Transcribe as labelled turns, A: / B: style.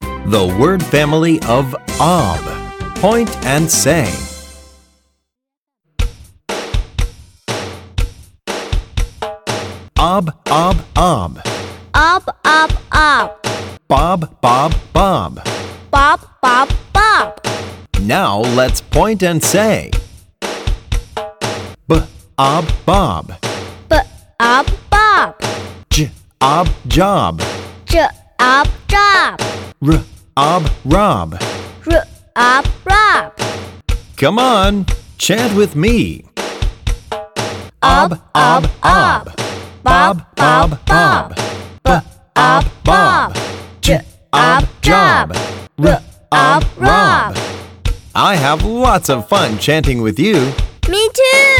A: The word family of ob. Point and say. Ob, ob, ob.
B: Up, up, up.
A: Bob, bob, bob.
B: Bob, bob, bob.
A: Now let's point and say. B, ob, bob.
B: B, up, bob.
A: J, ob, job.
B: J, up, job.
A: R, ob, rob.
B: R, up, rob.
A: Come on, chant with me. Ob, ob, ob. Bob, bob, bob. B, ob, bob. J, ob, job. R, ob, rob. I have lots of fun chanting with you.
B: Me too.